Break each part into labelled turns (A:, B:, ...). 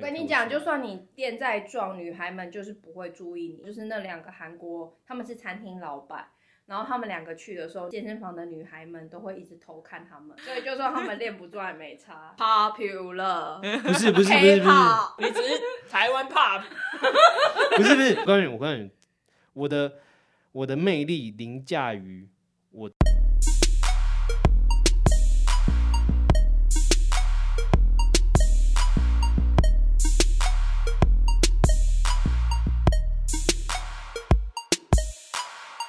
A: 跟你讲，就算你店再壮，女孩们就是不会注意你。就是那两个韩国，他们是餐厅老板，然后他们两个去的时候，健身房的女孩们都会一直偷看他们，所以就算他们练不壮也没差。
B: popular
C: 不是不是不是不是
B: K-pop，
D: 你只是台湾 pop，
C: 不是不是，我告诉你，我告诉你，我的我的魅力凌驾于我。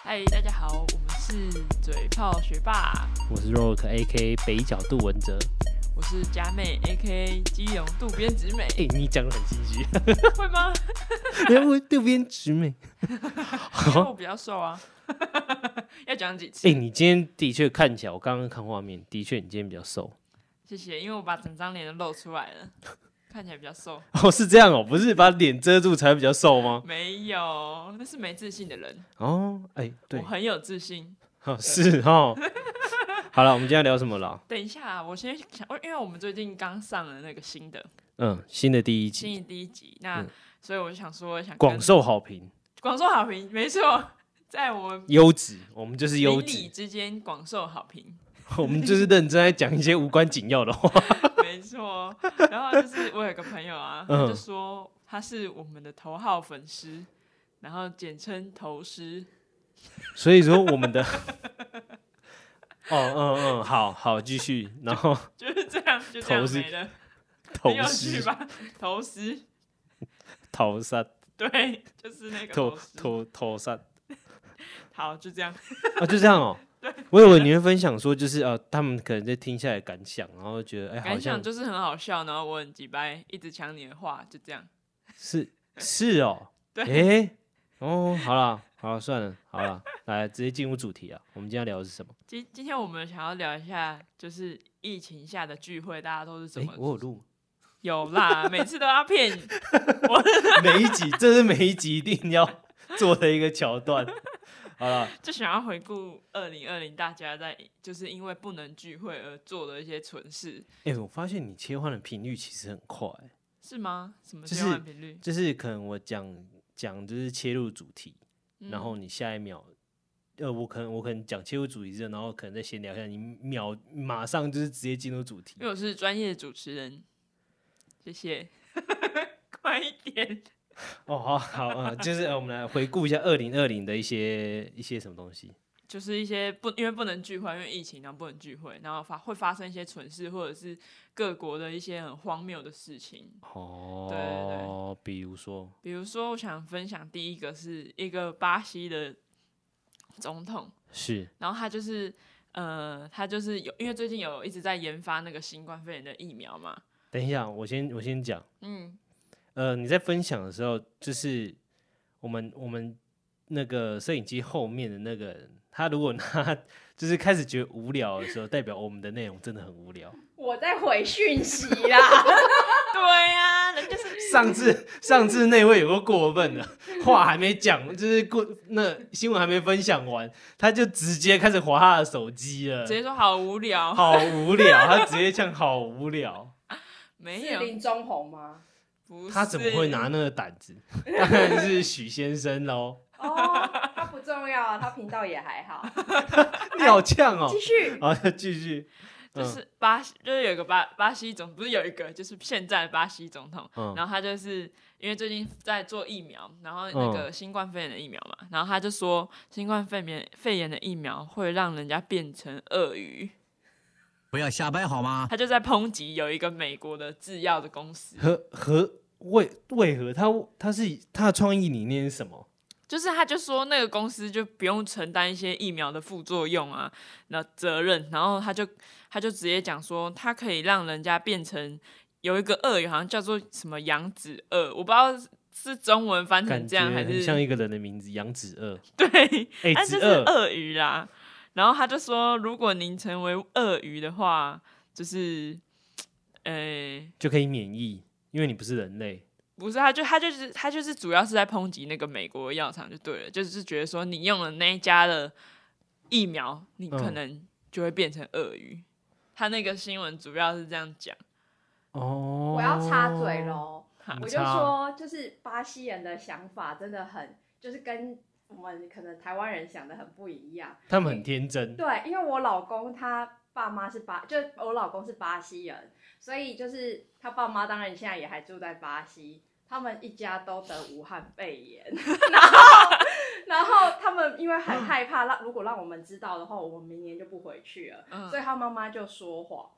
D: 嗨，大家好，我们是嘴炮学霸，
C: 我是 Rock A K 北角杜文哲。
D: 我是佳妹 A K 基隆渡边直 美，
C: 哎、你讲的很心虚，
D: 会吗？
C: 哎我渡边直美。
D: 因为我比较瘦啊， 要讲几次
C: 哎、？你今天的确看起来，我刚刚看画面，的确你今天比较瘦。
D: 谢谢，因为我把整张脸都露出来了，看起来比较瘦。
C: 哦，是这样哦，不是把脸遮住才会比较瘦吗？
D: 没有，那是没自信的人，
C: 哦，哎、
D: 我
C: 对，
D: 很有自信。
C: 哦是哦。 好了，我们今天要聊什么了？
D: 等一下，我先想，因为我们最近刚上了那个新的
C: 嗯，新的第一
D: 新
C: 集，
D: 一第一集，那、
C: 嗯
D: 所以我就想说，想跟
C: 广受好评，
D: 广受好评，没错，在我们
C: 优质，我们就是优
D: 邻
C: 质
D: 里。之间广受好评，
C: 我们就是认真在讲一些无关紧要的话。
D: 没错。然后就是我有个朋友啊，他就
C: 嗯
D: 说他是我们的头号粉丝，然后简称头师。
C: 所以说我们的， 哦嗯嗯，好好继 续，然后
D: 就是这样，就这样
C: 头师
D: 没了，
C: 投
D: 很有趣
C: 尸
D: 吧？头师，
C: 投杀
D: 对，就是那个
C: 投
D: 头师。
C: 投投杀
D: 好，就这样。
C: 啊，就这样哦。我以为你会分享说，就是呃，他们可能在听下来的感想，然后觉得哎、好
D: 感想
C: 像
D: 就是很好笑，然后我很鸡掰，一直抢你的话，就这样。
C: 是是哦，
D: 对
C: 哎、哦，好啦好啦，算了，好啦，来直接进入主题啊。我们今天要聊的是什么？
D: 今今天我们想要聊一下，就是疫情下的聚会，大家都是怎
C: 哎、
D: 么？
C: 我有录吗，
D: 有啦，每次都要骗你。
C: 每一集这是每一集一定要做的一个桥段。好了，
D: 就想要回顾二零二零大家在就是因为不能聚会而做的一些蠢事，
C: 哎、我发现你切换的频率其实很快、
D: 是吗？什么
C: 就
D: 交
C: 是
D: 换频率？
C: 就是可能我讲讲就是切入主题，
D: 嗯
C: 然后你下一秒，呃，我可能我可能讲切入主题之后，然后可能再闲聊一下，你秒马上就是直接进入主题
D: 因。为我是专业主持人，谢谢， 快一点。
C: 哦，好好啊、呃就是、呃、我们来回顾一下二零二零的一些一些什么东西。
D: 就是一些不因为不能聚会，因为疫情，然后不能聚会，然后发会发生一些蠢事，或者是各国的一些很荒谬的事情。
C: 哦，
D: 对对
C: 比如说，
D: 比如说，我想分享第一个是一个巴西的总统，
C: 是
D: 然后他就是呃，他就是有因为最近有一直在研发那个新冠肺炎的疫苗嘛，
C: 等一下，我先我先讲，
D: 嗯，
C: 呃，你在分享的时候，就是我们我们那个摄影机后面的那个人，他如果他就是开始觉得无聊的时候，代表我们的内容真的很无聊。
A: 我在回讯 息啦，
D: 对呀、人家是
C: 上次上次那位有个过分的话还没讲，就是过那新闻还没分享完，他就直接开始划他的手机了
D: 直，接说好无聊，
C: 好无聊，他直接呛好无聊，
D: 没
A: 是
D: 有，
A: 林中红吗？
D: 不是
C: 他怎么会拿？嗯那个胆子？ 当然是许先生喽，
A: 哦，他不重要啊，他频道也还好。
C: 你好呛哦
A: 继、续，
C: 好，继续，
D: 哎就
C: 嗯
D: 是巴西，就是有一个巴巴西总，不是有一个，就是现在的巴西总统，
C: 嗯
D: 然后他就是因为最近在做疫苗，然后
C: 嗯
D: 那个新冠肺炎的疫苗嘛，然后他就说新冠肺炎肺炎的疫苗会让人家变成鳄鱼，
E: 不要瞎掰好吗？
D: 他就在抨击有一个美国的制药的公司，
C: 何何为为何他他是他的创意理念是什么？
D: 就是他就说那个公司就不用承担一些疫苗的副作用啊，那责任，然后他就他就直接讲说，他可以让人家变成有一个鳄鱼，好像叫做什么羊子鳄，我不知道是中文翻
C: 感
D: 成嗯这
C: 觉
D: 样还
C: 很
D: 是
C: 像一个人的名字杨子鳄，
D: 对，
C: 哎、
D: 但
C: 子
D: 就是
C: 鳄，
D: 鳄鱼啦。然后他就说，如果您成为鳄鱼的话，就是，呃，
C: 就可以免疫，因为你不是人类。
D: 不是，他就他就是他就是主要是在抨击那个美国药厂就对了，就是觉得说你用了那一家的疫苗，你可
C: 嗯
D: 能就会变成鳄鱼。他那个新闻主要是这样讲，
C: 哦，
A: 我要插嘴。喽。
D: 哈
A: 我就
C: 差
A: 说，就是巴西人的想法真的很，就是跟我们可能台湾人想的很不一样。
C: 他们很天真，
A: 对，因为我老公他爸妈是巴，就我老公是巴西人，所以就是他爸妈当然现在也还住在巴西，他们一家都得武汉肺炎， 然后然后他们因为很害怕，让如果让我们知道的话，我们明年就不回去了，
D: 嗯
A: 所以他妈妈就说谎，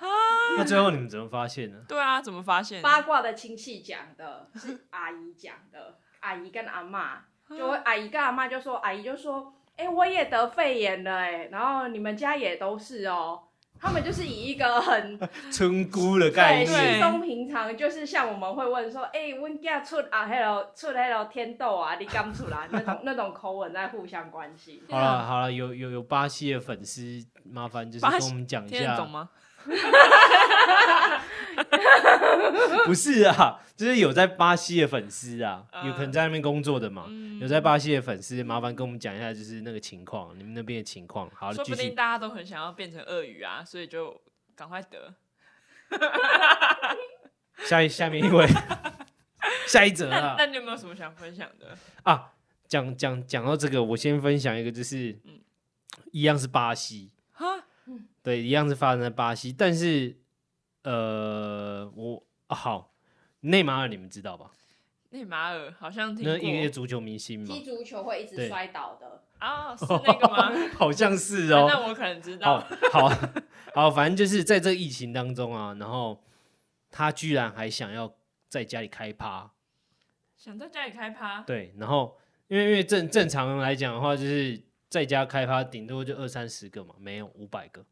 C: 那最后你们怎么发现呢？
D: 对啊，怎么发现？
A: 八卦的亲戚讲的，是阿姨讲的， 阿姨跟阿嬷，就会阿姨跟阿嬷就说，阿姨就说，哎、我也得肺炎了、哎，然后你们家也都是哦。他们就是以一个很
C: 村姑的概
A: 对
C: 念，
A: 稀松平常，就是像我们会问说，哎、欸，温家出啊，hello 出 hello 天豆啊，你刚出来 那种那种口吻在互相关心。
C: 好了好了，有有有巴西的粉丝，麻烦就是
D: 巴
C: 跟
D: 西
C: 我们讲一
D: 听得
C: 下
D: 懂，吗？
C: 不是啊，就是有在巴西的粉丝啊，
D: 呃
C: 有可能在那边工作的嘛，
D: 嗯
C: 有在巴西的粉丝，麻烦跟我们讲一下，就是那个情况，你们那边的情况。好，
D: 说
C: 继
D: 不定
C: 续。
D: 大家都很想要变成鳄鱼啊，所以就赶快得。
C: 下一下面一 位，下一则
D: 那
C: 啊
D: 那你有没有什么想分享的？
C: 啊，讲讲讲到这个，我先分享一个，就是
D: 嗯
C: 一样是巴西，
D: 哈，
C: 对，一样是发生在巴西，但是呃，我、啊、好内马尔你们知道吧？
D: 内马尔好像听
C: 那一个
D: 过
C: 足球明星嘛
A: 踢，足球会一直
C: 对
A: 摔倒的，
D: 啊，是那个吗？
C: 好像 是
D: 啊
C: 哦。
D: 那我可能知
C: 好
D: 道。
C: 好好，反正就是在这疫情当中啊，然后他居然还想要在家里开趴，
D: 想在家里开趴，
C: 对，然后因为因为正正常来讲的话，就是在家开趴顶多就二三十个嘛，没有五百个，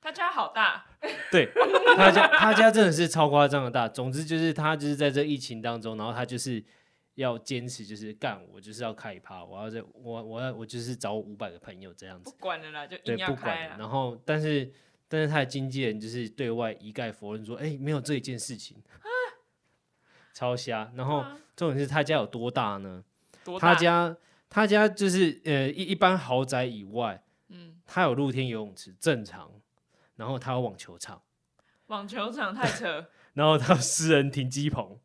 D: 他家好大，
C: 对他家他家真的是超夸张的大。总之就是他就是在这疫情当中，然后他就是要坚持，就是干我就是要开趴，我要在我我要我就是找五百个朋友这样
D: 不
C: 子，
D: 管了啦，就
C: 对，
D: 哦硬要
C: 不
D: 开啊
C: 管
D: 啦
C: 了。。然后但是但是他的经纪人就是对外一概否认说，哎、没有这一件事情，超瞎。然后
D: 啊
C: 重点是他家有多大呢？
D: 多大？
C: 他家他家就是呃一一般豪宅以外，
D: 嗯，
C: 他有露天游泳池正常，然后他有网球场。
D: 网球场太 扯。
C: 然后他有私人停机棚，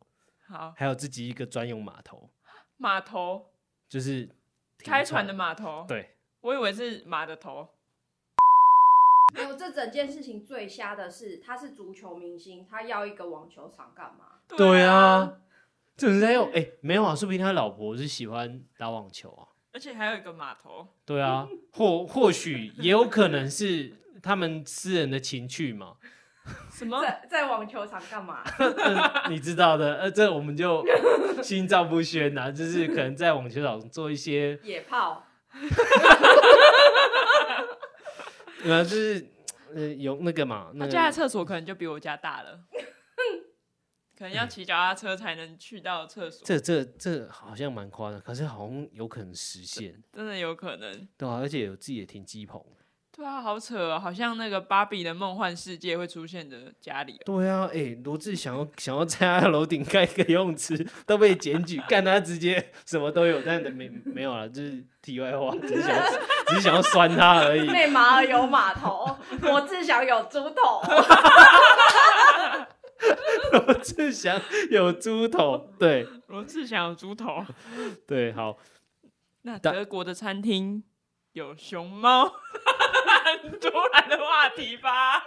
D: 好，
C: 还有自己一个专用码头，
D: 码头
C: 就是停
D: 开船的。码头，
C: 对，
D: 我以为是马的头。
A: 没有，这整件事情最瞎的是，他是足球明星，他要一个网球场干嘛？
C: 对啊，这种人在用哎、没有啊，说不定他老婆是喜欢打网球啊。
D: 而且还有一个码头，
C: 对啊，或或许也有可能是他们私人的情趣嘛，
D: 什么？
A: 在在网球场干嘛？
C: 你知道的。呃，这我们就心照不宣呐、就是可能在网球场做一些，
A: 野炮，
C: 呃，就是呃有那个嘛，那
D: 他
C: 个
D: 家的厕所可能就比我家大 了，可能要骑脚踏车才能去到厕所，
C: 这这这好像蛮夸张，可是好像有可能实现，
D: 真的有可能。
C: 对啊，而且有自己的停机棚。
D: 对啊，好扯、哦，好像那个芭比的梦幻世界会出现的家里、哦。
C: 对啊，哎、罗志想要想要在他的楼顶盖一个游泳池，都被检举，干他直接什么都有，但没没有了，就是题外话，只是想要只是想要酸他而已。
A: 内马尔有码头， 罗志祥有猪头，
C: 罗志祥有猪头，对
D: 罗志祥有 猪头，
C: 对，好，
D: 那
C: 但
D: 德国的餐厅有熊猫， 很突然的话题吧？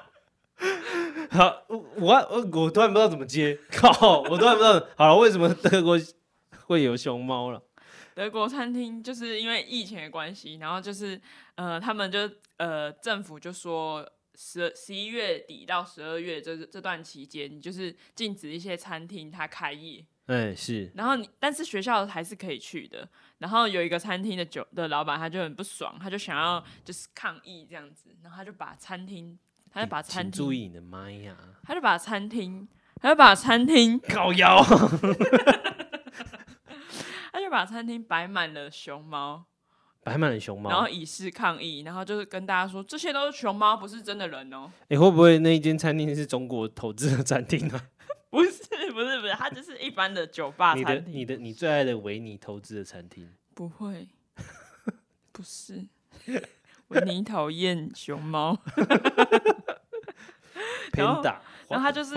C: 好，我我我突然不知道怎么接，靠，我突然不知道，好了，为什么德国会有熊猫了？
D: 德国餐厅就是因为疫情的关系，然后就是呃，他们就呃，政府就说十十一月底到十二月这这段期间，就是禁止一些餐厅它开业，
C: 哎、是
D: 然后你，但是学校还是可以去的。然后有一个餐厅的酒的老板，他就很不爽，他就想要就是抗议这样子，然后他就把餐厅，他就哎把餐
C: 请注
D: 厅，
C: 意你的麦呀、
D: 他就把餐厅，他就把餐厅，
C: 靠 腰，
D: 他就把餐厅摆满了熊猫，
C: 摆满了熊猫，
D: 然后以示抗议，然后就是跟大家说这些都是熊猫，不是真的人哦，
C: 哎、会不会那一间餐厅是中国投资的餐厅啊？
D: 不是不是不是，他只是一般的酒吧
C: 你的
D: 餐
C: 你
D: 厅，
C: 的你最爱的维尼投资的餐厅，
D: 不 会，不是，维尼讨 厌熊猫。
C: 偏
D: 然后
C: 大。
D: 然后他就是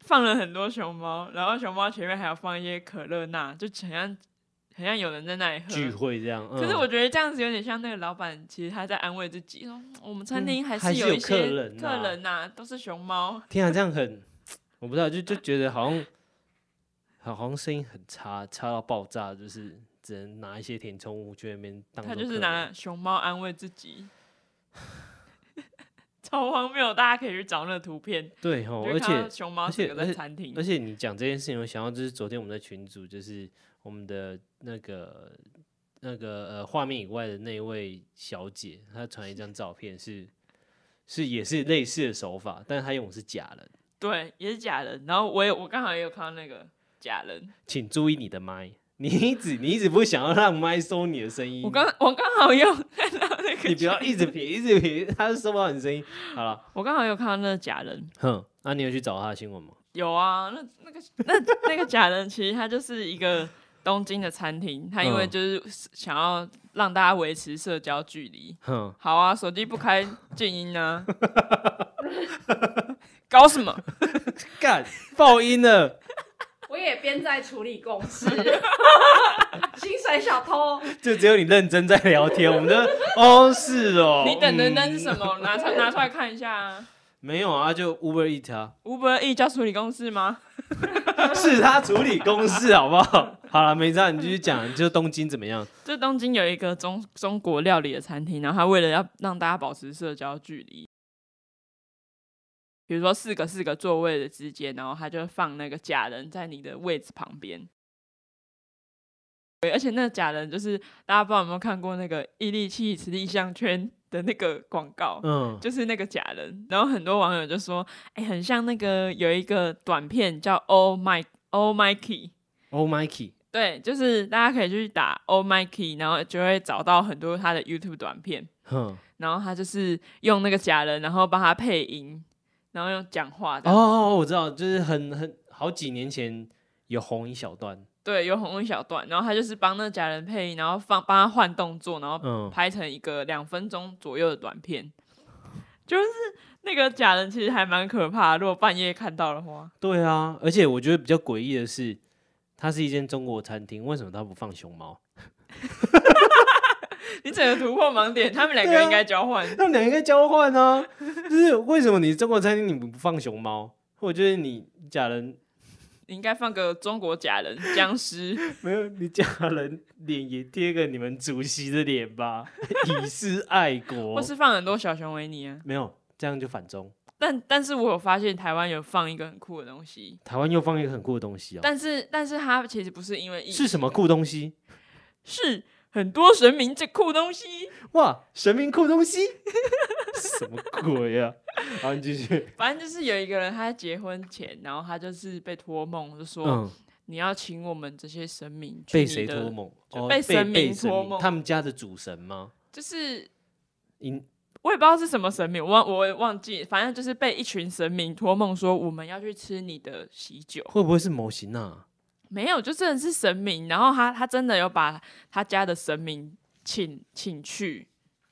D: 放了很多熊猫，然后熊猫前面还有放一些可乐钠，就很像很像有人在那里喝
C: 聚会这样。嗯、
D: 可是我觉得这样子有点像那个老板，其实他在安慰自己说，我们餐
C: 嗯
D: 厅还
C: 还是
D: 有
C: 有
D: 一
C: 客
D: 些
C: 人啊
D: 客
C: 呐
D: 人呐、都是熊猫。
C: 天啊，这样很，我不知道，就就觉得好像好好像声音很差，差到爆炸，就是只能拿一些填充物去那边当
D: 他
C: 做
D: 就是
C: 客
D: 拿
C: 人
D: 熊猫安慰自己， 超荒谬！大家可以去找那个图片，
C: 对哦，
D: 就
C: 而
D: 会看到
C: 且
D: 熊猫
C: 而
D: 整
C: 且
D: 个
C: 而
D: 在
C: 且
D: 餐厅
C: 而，且你讲这件事情，我想到就是昨天我们的群组，就是我们的那个那个呃画面以外的那位小姐，她传一张照片是是也是类似的手法，但她用的是假人，
D: 对，也是假人。然后我也我刚好也有看到那个假人，
C: 请注意你的麦，你一直你一直不想要让麦收你的声音，
D: 我刚我刚好有 看到那
C: 你
D: 个，
C: 不要一直撇一直撇，她收不到你声音。好了，
D: 我刚好有看到那个假人。
C: 哼，那、你有去找她的新闻吗？
D: 有啊，那那个那那个假人其实他就是一个东京的餐厅，他因为
C: 嗯
D: 就是想要让大家维持社交距离，
C: 哼，
D: 好啊，手机不开静音 啊，搞什么？
C: 干爆音了，
A: 我也边在处理公事， 薪水小偷，
C: 就只有你认真在聊天，我们的哦是哦，
D: 你等的
C: 嗯
D: 那是什么？拿出拿出来看一下啊。
C: 没有啊，就 Uber Eat 啊，
D: Uber E 叫处理公司吗？
C: 是他处理公事，好不好？ 好了，没事，你继续讲，就是东京怎么样？
D: 就东京有一个中中国料理的餐厅，然后他为了要让大家保持社交距离，比如说四个四个座位的之间，然后他就放那个假人在你的位置旁边。对，而且那个假人就是大家不知道有没有看过那个伊利气磁力项圈的那个广告，
C: 嗯，
D: 就是那个假人。然后很多网友就说，哎、很像那个有一个短片叫《Oh My Oh My Key》。
C: Oh Mikey，
D: 对，就是大家可以去打 Oh My Key，然后就会找到很多他的 YouTube 短片，
C: 哼，
D: 然后他就是用那个假人，然后帮他配音，然后用讲话的。
C: 哦，哦我知道，就是很很好几年前有红一小段，
D: 对，有红一小段，然后他就是帮那个假人配音，然后放帮他换动作，然后
C: 嗯，
D: 拍成一个两分钟左右的短片。就是那个假人其实还蛮可怕的，如果半夜看到的话，
C: 对啊，而且我觉得比较诡异的是，它是一间中国餐厅，为什么它不放熊猫？
D: 你整个突破盲点，他们两
C: 对
D: 个
C: 啊
D: 应该交换。
C: 他们俩应该交换 啊，就是为什么你中国餐厅你不放熊猫，或者就是你假人
D: 你应该放个中国假人、僵尸。
C: 没有，你家人脸也贴个你们主席的脸 吧，以示爱国
D: 或。是放很多小熊维尼啊。
C: 没有，这样就反中。
D: 但但是我有发现台湾有放一个很酷的东西，
C: 台湾又放一个很酷的东西哦，
D: 但是但是它其实不是因为疫
C: 是什么酷东西？
D: 是很多神明这酷东西，
C: 哇，神明酷东西， 什么鬼啊？好，你继续。
D: 反正就是有一个人他在结婚前，然后他就是被托梦，就说、
C: 嗯，
D: 你要请我们这些神明去
C: 被
D: 你
C: 谁
D: 的
C: 托？梦？
D: 就
C: 哦，
D: 被神
C: 被
D: 明
C: 神
D: 托
C: 明
D: 梦
C: 他们家的主神吗？
D: 就是
C: 因
D: 我也不知道是什么神明，我忘我也忘记，反正就是被一群神明托梦说我们要去吃你的喜酒。
C: 会不会是模型啊？
D: 没有，就真的是神明，然后他他真的有把他家的神明请请去，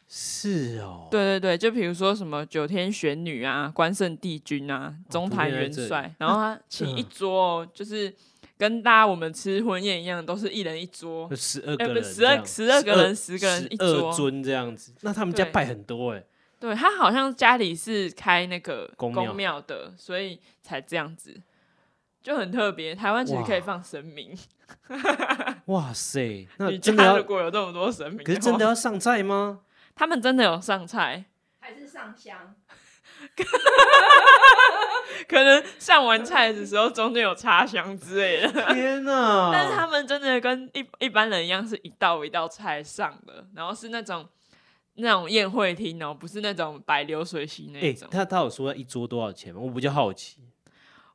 C: 是哦，，
D: 对对对，就比如说什么九天玄女啊、关圣帝君
C: 哦
D: 啊、中坛元
C: 图片在这嗯
D: 帅，然后他请一桌哦，就是跟大家我们吃婚宴一样，都是一人一桌。
C: 十二
D: 哎
C: 个
D: 不
C: 人
D: 12
C: 这样，
D: 12个人10个人
C: 12
D: 一桌
C: 尊这样子。那他们家
D: 对
C: 拜很多哎，
D: 对他好像家里是开那个
C: 公
D: 公
C: 庙
D: 庙的，所以才这样子，就很特别。台湾其实
C: 哇
D: 可以放神明，
C: 哇塞，那
D: 你
C: 真的
D: 家如
C: 要，
D: 果有这么多神明，
C: 可是真的，要上菜吗？
D: 他们真的有上菜，
A: 还是上香？
D: 可能上完菜的时候中间有插香之类
C: 嗯
D: 的。
C: 天呐！
D: 但是他们真的跟一一般人一样，是一道一道菜上的，然后是那种那种宴会厅哦，不是那种摆流水席那
C: 哎、
D: 种。
C: 他他有说一桌多少钱吗？我比较好奇。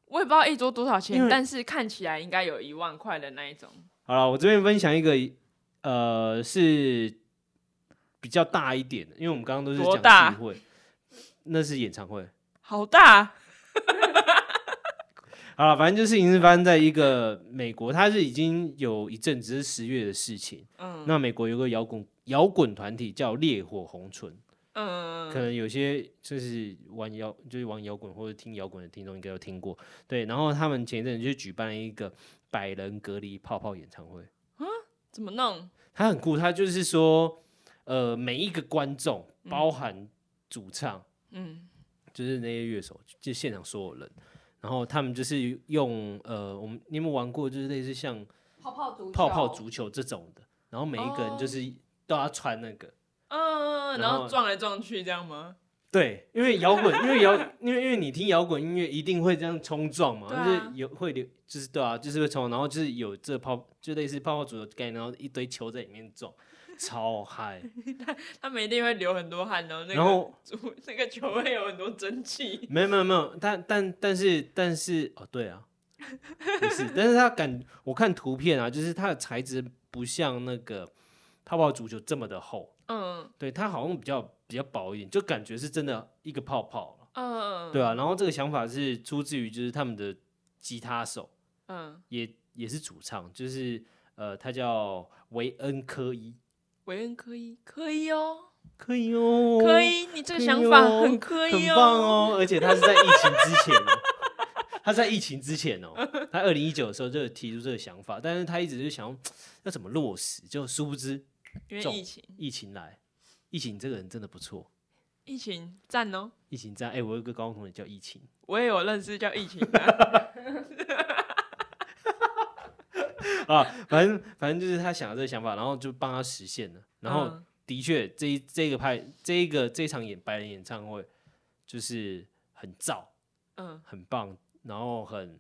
D: 我也不知道一桌多少
C: 因
D: 钱，
C: 为
D: 但是看起来应该有一万块的那一种。
C: 好了，我这边分享一个，呃，是比较大一点的，因为我们刚刚都是
D: 多大
C: 讲聚会，那是演唱会。
D: 好大，
C: 好了，反正就是影视发生在一个美国，它是已经有一阵子是十月的事情。
D: 嗯
C: 那美国有个摇滚摇滚团体叫烈火红唇，
D: 嗯，
C: 可能有些就是玩摇，就是玩摇滚或者听摇滚的听众应该有听过，对。然后他们前一阵子就举办了一个百人隔离泡泡演唱会，
D: 怎么弄？
C: 它很酷，它就是说，呃，每一个观众，
A: 嗯
C: 包含主唱，
D: 嗯，
C: 就是那些乐手，就现场所有人，然后他们就是用呃，我们你有没有玩过，就是类似像
A: 泡泡足球，哦
C: 泡泡足球这种的，然后每一个人就是都要穿那个。
D: 嗯，然
C: 然
D: 后
C: 后
D: 撞来撞去这样吗？
C: 对，因为摇滚，因为摇，因为因为你听摇滚音乐一定会这样冲撞嘛，
D: 对啊
C: 就是有会流，就是对啊，就是会冲，然后就是有这泡，就类似泡泡组的概念，然后一堆球在里面撞，超嗨。
D: 他们一定会流很多汗，哦然后那
C: 然
D: 个
C: 后啊
D: 主那个球会有很多蒸汽。
C: 没有没有没有，但但但是但是哦，对啊，不是，但是它感我看图片啊，就是它的材质不像那个泡泡足球这么的厚，
D: 嗯
C: 对，它好像比较比较薄一点，就感觉是真的一个泡泡了，
D: 嗯，
C: 对啊。然后这个想法是出自于就是他们的吉他手。
D: 嗯，
C: 也也是主唱，就是呃，他叫维恩科伊，
D: 韦恩科一科一哦，
C: 科伊哦，
D: 科一，你这个想法
C: 科伊哦
D: 很科一
C: 很棒。哦，而且他是在疫情之前哦，他在疫情之前哦，他二零一九的时候就有提出这个想法，但是他一直就想要怎么落实，就殊不知
D: 因为
C: 中
D: 疫情，
C: 疫情来，疫情这个人真的不错，
D: 疫情赞哦，
C: 疫情在，哎、我有个高中同学叫疫情，
D: 我也有认识叫疫情的。
C: 啊，反正反正就是他想的这个想法，然后就帮他实现了。 然后
D: 嗯
C: 的确，这一这个派这一个这一场演白人演唱会就是很燥、
D: 嗯，
C: 很棒，然后很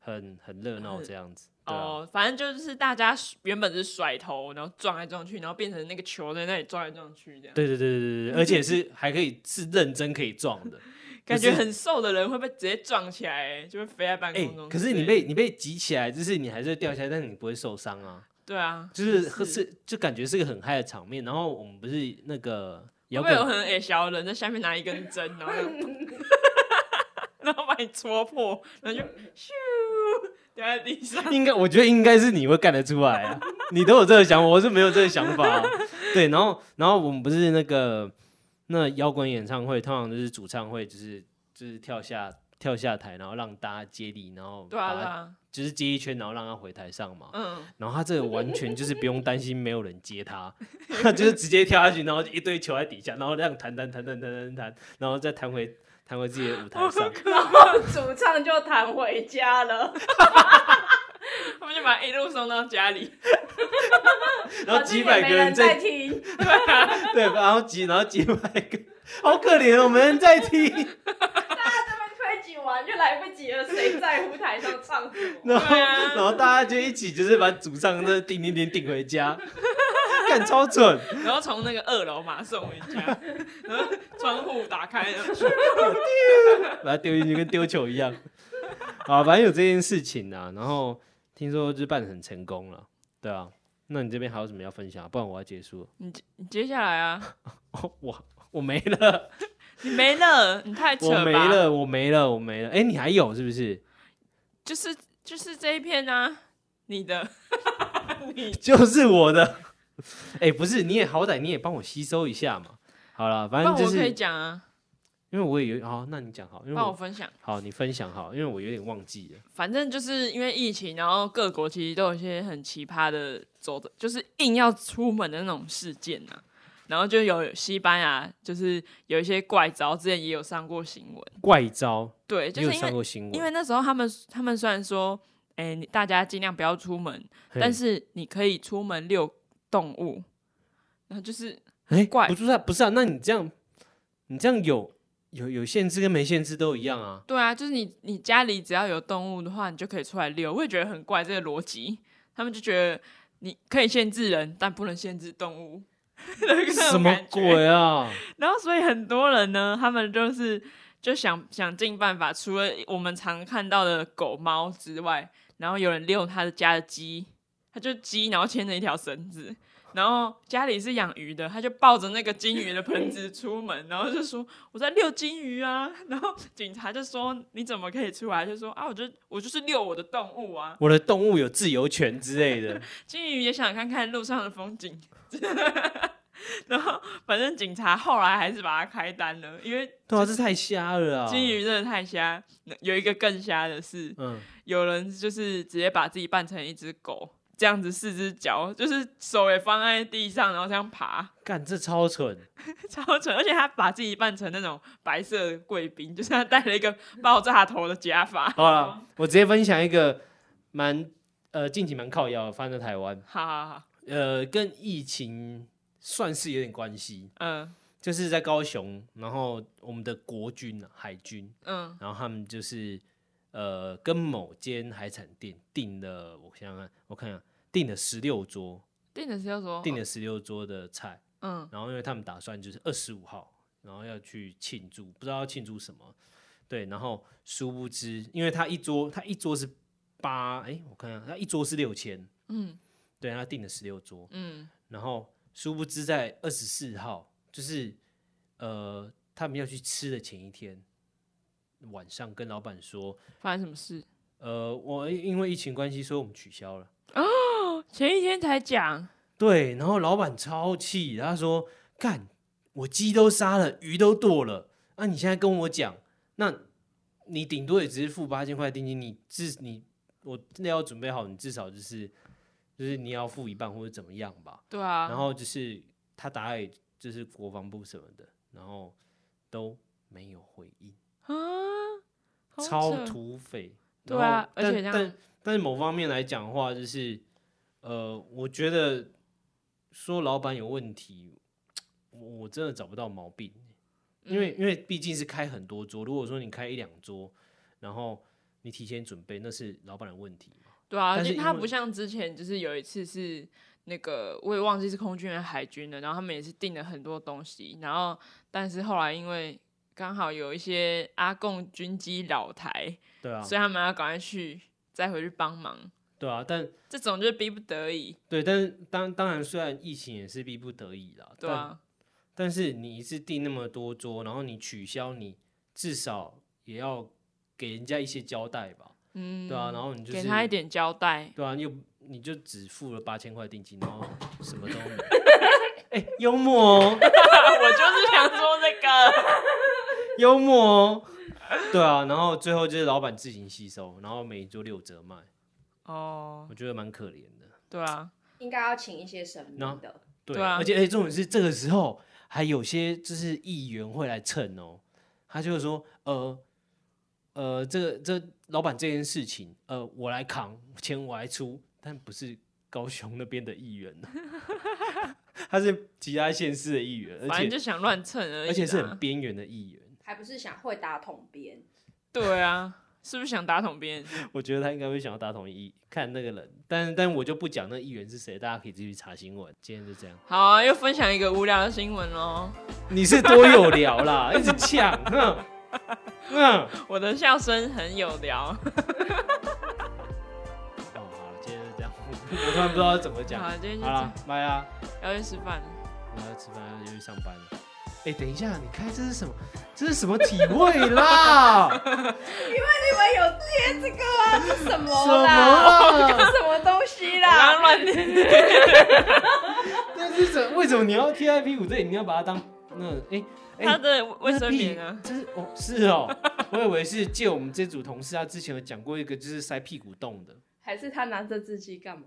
C: 很很热闹这样子。对啊，
D: 哦，反正就是大家原本是甩头，然后撞来撞去，然后变成那个球在那里撞来撞去这样。
C: 对对对对对对，而且是还可以是认真可以撞的，
D: 感觉
C: 不是
D: 很瘦的人会被直接撞起来、就会飞在半
C: 哎、
D: 空中之类的。
C: 可是你被你被挤起来，就是你还是会掉下来，但是你不会受伤啊，
D: 对啊，
C: 就是
D: 是
C: 是就感觉是个很嗨的场面。然后我们不是那个
D: 会
C: 摇
D: 不会有
C: 滚，
D: 很矮小的人在下面拿一根针， 然后就然后把你戳破，然后就咻掉在地上。
C: 应该，我觉得应该是你会干得出来啊。你都有这个想法，我是没有这个想法啊、对，然后，然后我们不是那个那摇滚演唱会，通常就是主唱会，就是就是跳下跳下台，然后让大家接力，然后
D: 对啊
C: 把
D: 对
C: 他
D: 啊，
C: 就是接一圈，然后让他回台上嘛。
D: 嗯，
C: 然后他这个完全就是不用担心没有人接他，他就是直接跳下去，然后一堆球在底下，然后这样弹弹弹弹弹弹弹，然后再弹回弹回自己的舞台上。
A: 然后 主唱就弹回家了，
D: 他们就把他一路送到家里。
C: 然后
A: 反正
C: 几
A: 也
C: 百
A: 没
C: 个人在
A: 在听，
C: 对，然后几然后几百个，好可怜哦，没人在 听。
A: 他们推挤完就来不及了，谁在乎台上唱什么？
C: 然后、
D: 对啊
C: 然后大家就一起就是把主唱那顶顶顶顶回家，干超准。
D: 然后从那个二楼马上送回家，然后窗户打开，然后咻
C: 把它丢进去跟丢球一样。啊，反正有这件事情啊，然后听说就是办的很成功了，对啊。那你这边还有什么要分享？不然我要结束了。
D: 你接下来啊，
C: 哦、 我我没了，
D: 你没了，你太扯
C: 我
D: 吧？
C: 没，了，我没了，我没了。哎、你还有是不是？
D: 就是就是这一片啊，你的， 你
C: 就是我的。哎、不是，你也好歹你也帮我吸收一下嘛。好了，反
D: 那
C: 正就
D: 我可
C: 是
D: 以讲啊，
C: 因为我也有好、那你讲好，因为
D: 帮我
C: 我
D: 分享。
C: 好你分享好，因为我有点忘记了。
D: 反正就是因为疫情，然后各国其实都有一些很奇葩的走的，就是硬要出门的那种事件啊。然后就有西班牙，就是有一些怪招，之前也有上过新闻。
C: 怪招，
D: 对，就
C: 你有
D: 是因
C: 上
D: 为
C: 过新闻？
D: 因为那时候他们他们虽然说，哎、你大家尽量不要出门，
C: 嘿
D: 但是你可以出门遛动物，然后就是
C: 哎、
D: 怪
C: 不是啊，不是啊，那你这样，你这样有有有限制跟没限制都一样啊。
D: 对啊，就是你你家里只要有动物的话，你就可以出来遛。我也觉得很怪这个逻辑，他们就觉得你可以限制人，但不能限制动物。 那种
C: 什么
D: 感觉？
C: 鬼啊？
D: 然后所以很多人呢，他们就是就想想尽办法，除了我们常看到的狗猫之外，然后有人遛他的家的鸡，他就鸡，然后牵着一条绳子。然后家里是养鱼的，他就抱着那个金鱼的盆子出门，然后就说我在遛金鱼啊。然后警察就说你怎么可以出来？就说啊，我就我就是遛我的动物啊。
C: 我的 动物有自由权之类的，
D: 金鱼也想看看路上的风景， 然后反正警察后来还是把他开单了，因为
C: 对啊，这太瞎了啊！
D: 金鱼真的太瞎。有一个更瞎的是，
C: 嗯，
D: 有人就是直接把自己扮成一只狗，这样子四只脚，就是手也放在地上，然后这样爬，
C: 干这超蠢，
D: 超蠢。而且他把自己扮成那种白色的贵宾，就是他戴了一个爆炸头的假发。
C: 好了，我直接分享一个蛮呃近期蛮靠腰的，发生在台湾，
D: 好好好，
C: 呃，跟疫情算是有点关系，
D: 嗯
C: 就是在高雄，然后我们的国军啊海军，
D: 嗯
C: 然后他们就是呃跟某间海产店订了，我想想看，我看一下，订了十六桌，
D: 定的是叫什么？
C: 订了十六桌的菜，
D: 嗯
C: 然后因为他们打算就是二十五号，然后要去庆祝，不知道要庆祝什么。对，然后殊不知，因为他一桌，他一桌是八，哎，我看一下，他一桌是六千，
D: 嗯
C: 对他订了十六桌，
D: 嗯
C: 然后殊不知在二十四号，就是呃他们要去吃的前一天晚上，跟老板说，
D: 发生什么事？
C: 呃，我因为疫情关系，所以我们取消了。
D: 前一天才讲，
C: 对，然后老板超气，他说：“干，我鸡都杀了，鱼都剁了，那、你现在跟我讲，那你顶多也只是付八千块定金，你至你我真的要准备好，你至少就是就是你要付一半或者怎么样吧。
D: 对啊，
C: 然后就是他打给就是国防部什么的，然后都没有回应，
D: 啊，好
C: 超
D: 扯
C: 土匪。
D: 哦对
C: 然后
D: 啊而
C: 但
D: 且这样
C: 但但是某方面来讲的话，就是呃，我觉得说老板有问题，我我真的找不到毛病，因
D: 嗯
C: 为因为毕竟是开很多桌，如果说你开一两桌，然后你提前准备，那是老板的问题嘛。
D: 对啊，
C: 但
D: 就是
C: 因
D: 他
C: 为
D: 不像之前，就是有一次是那个我也忘记是空军还是海军的，然后他们也是订了很多东西，然后但是后来因为刚好有一些阿贡军机老台，
C: 对啊，
D: 所以他们要赶快去再回去帮忙，
C: 对啊，但
D: 这种就是逼不得已，
C: 对，但是当当然，虽然疫情也是逼不得已啦，
D: 对啊，
C: 但是你一次订那么多桌，然后你取消，你至少也要给人家一些交代吧，
D: 嗯，
C: 对啊，然后你就是
D: 给他一，点交代，
C: 对啊，又你就只付了八千块定金，然后什么都 没有，哎、幽默哦，
D: 我就是想说这个，
C: 幽默哦，对啊，然后最后就是老板自行吸收，然后每一桌六折卖，
D: 哦，
C: 我觉得蛮可怜的，
D: 对啊，
A: 应该要请一些神秘
C: 那
A: 的，
C: 对，
D: 对啊
C: 而且而哎且重点是这个时候还有些就是议员会来蹭哦，他就会说呃呃，这个这老板这件事情，呃，我来扛，钱我来出，但不是高雄那边的议员啊， 他是其他县市的议员，而
D: 反正就
C: 且
D: 想乱蹭而已啦，
C: 而且是很边缘的议员，
A: 还不是想会打桶边。
D: 对啊，是不是想打桶别人？
C: 我觉得他应该会想要打统一看那个人，但但我就不讲那议员是谁，大家可以自己去查新闻。今天就这样，
D: 好、啊，又分享一个无聊的新闻喽。
C: 你是多有聊啦，一直呛，哼哼。
D: 我的笑声很有聊，
C: 哦，好了，今天就这样， 我突然不知道怎么讲。
D: 好今天就
C: 好了，拜啦，
D: 要去吃饭了。
C: 我要吃饭，要去上班了。哎、等一下，你看这是什么？这是什么体位 啦？
A: 你们有接这个啊？这什
C: 什
A: 么
C: 么啊
A: 啦？
C: 啦？
A: 这 什么东西
D: 我刚刚
A: 啦？
D: 乱念，
C: 那是怎？为什么你要贴在屁股这里？你要把它当那哎哎、
D: 他的
C: 那
D: 卫生
C: 屁
D: 棉啊，
C: 这是哦，是哦，我以为是借我们这组同事，他之前有讲过一个，就是塞屁股洞的。
A: 还是他拿着自己干嘛？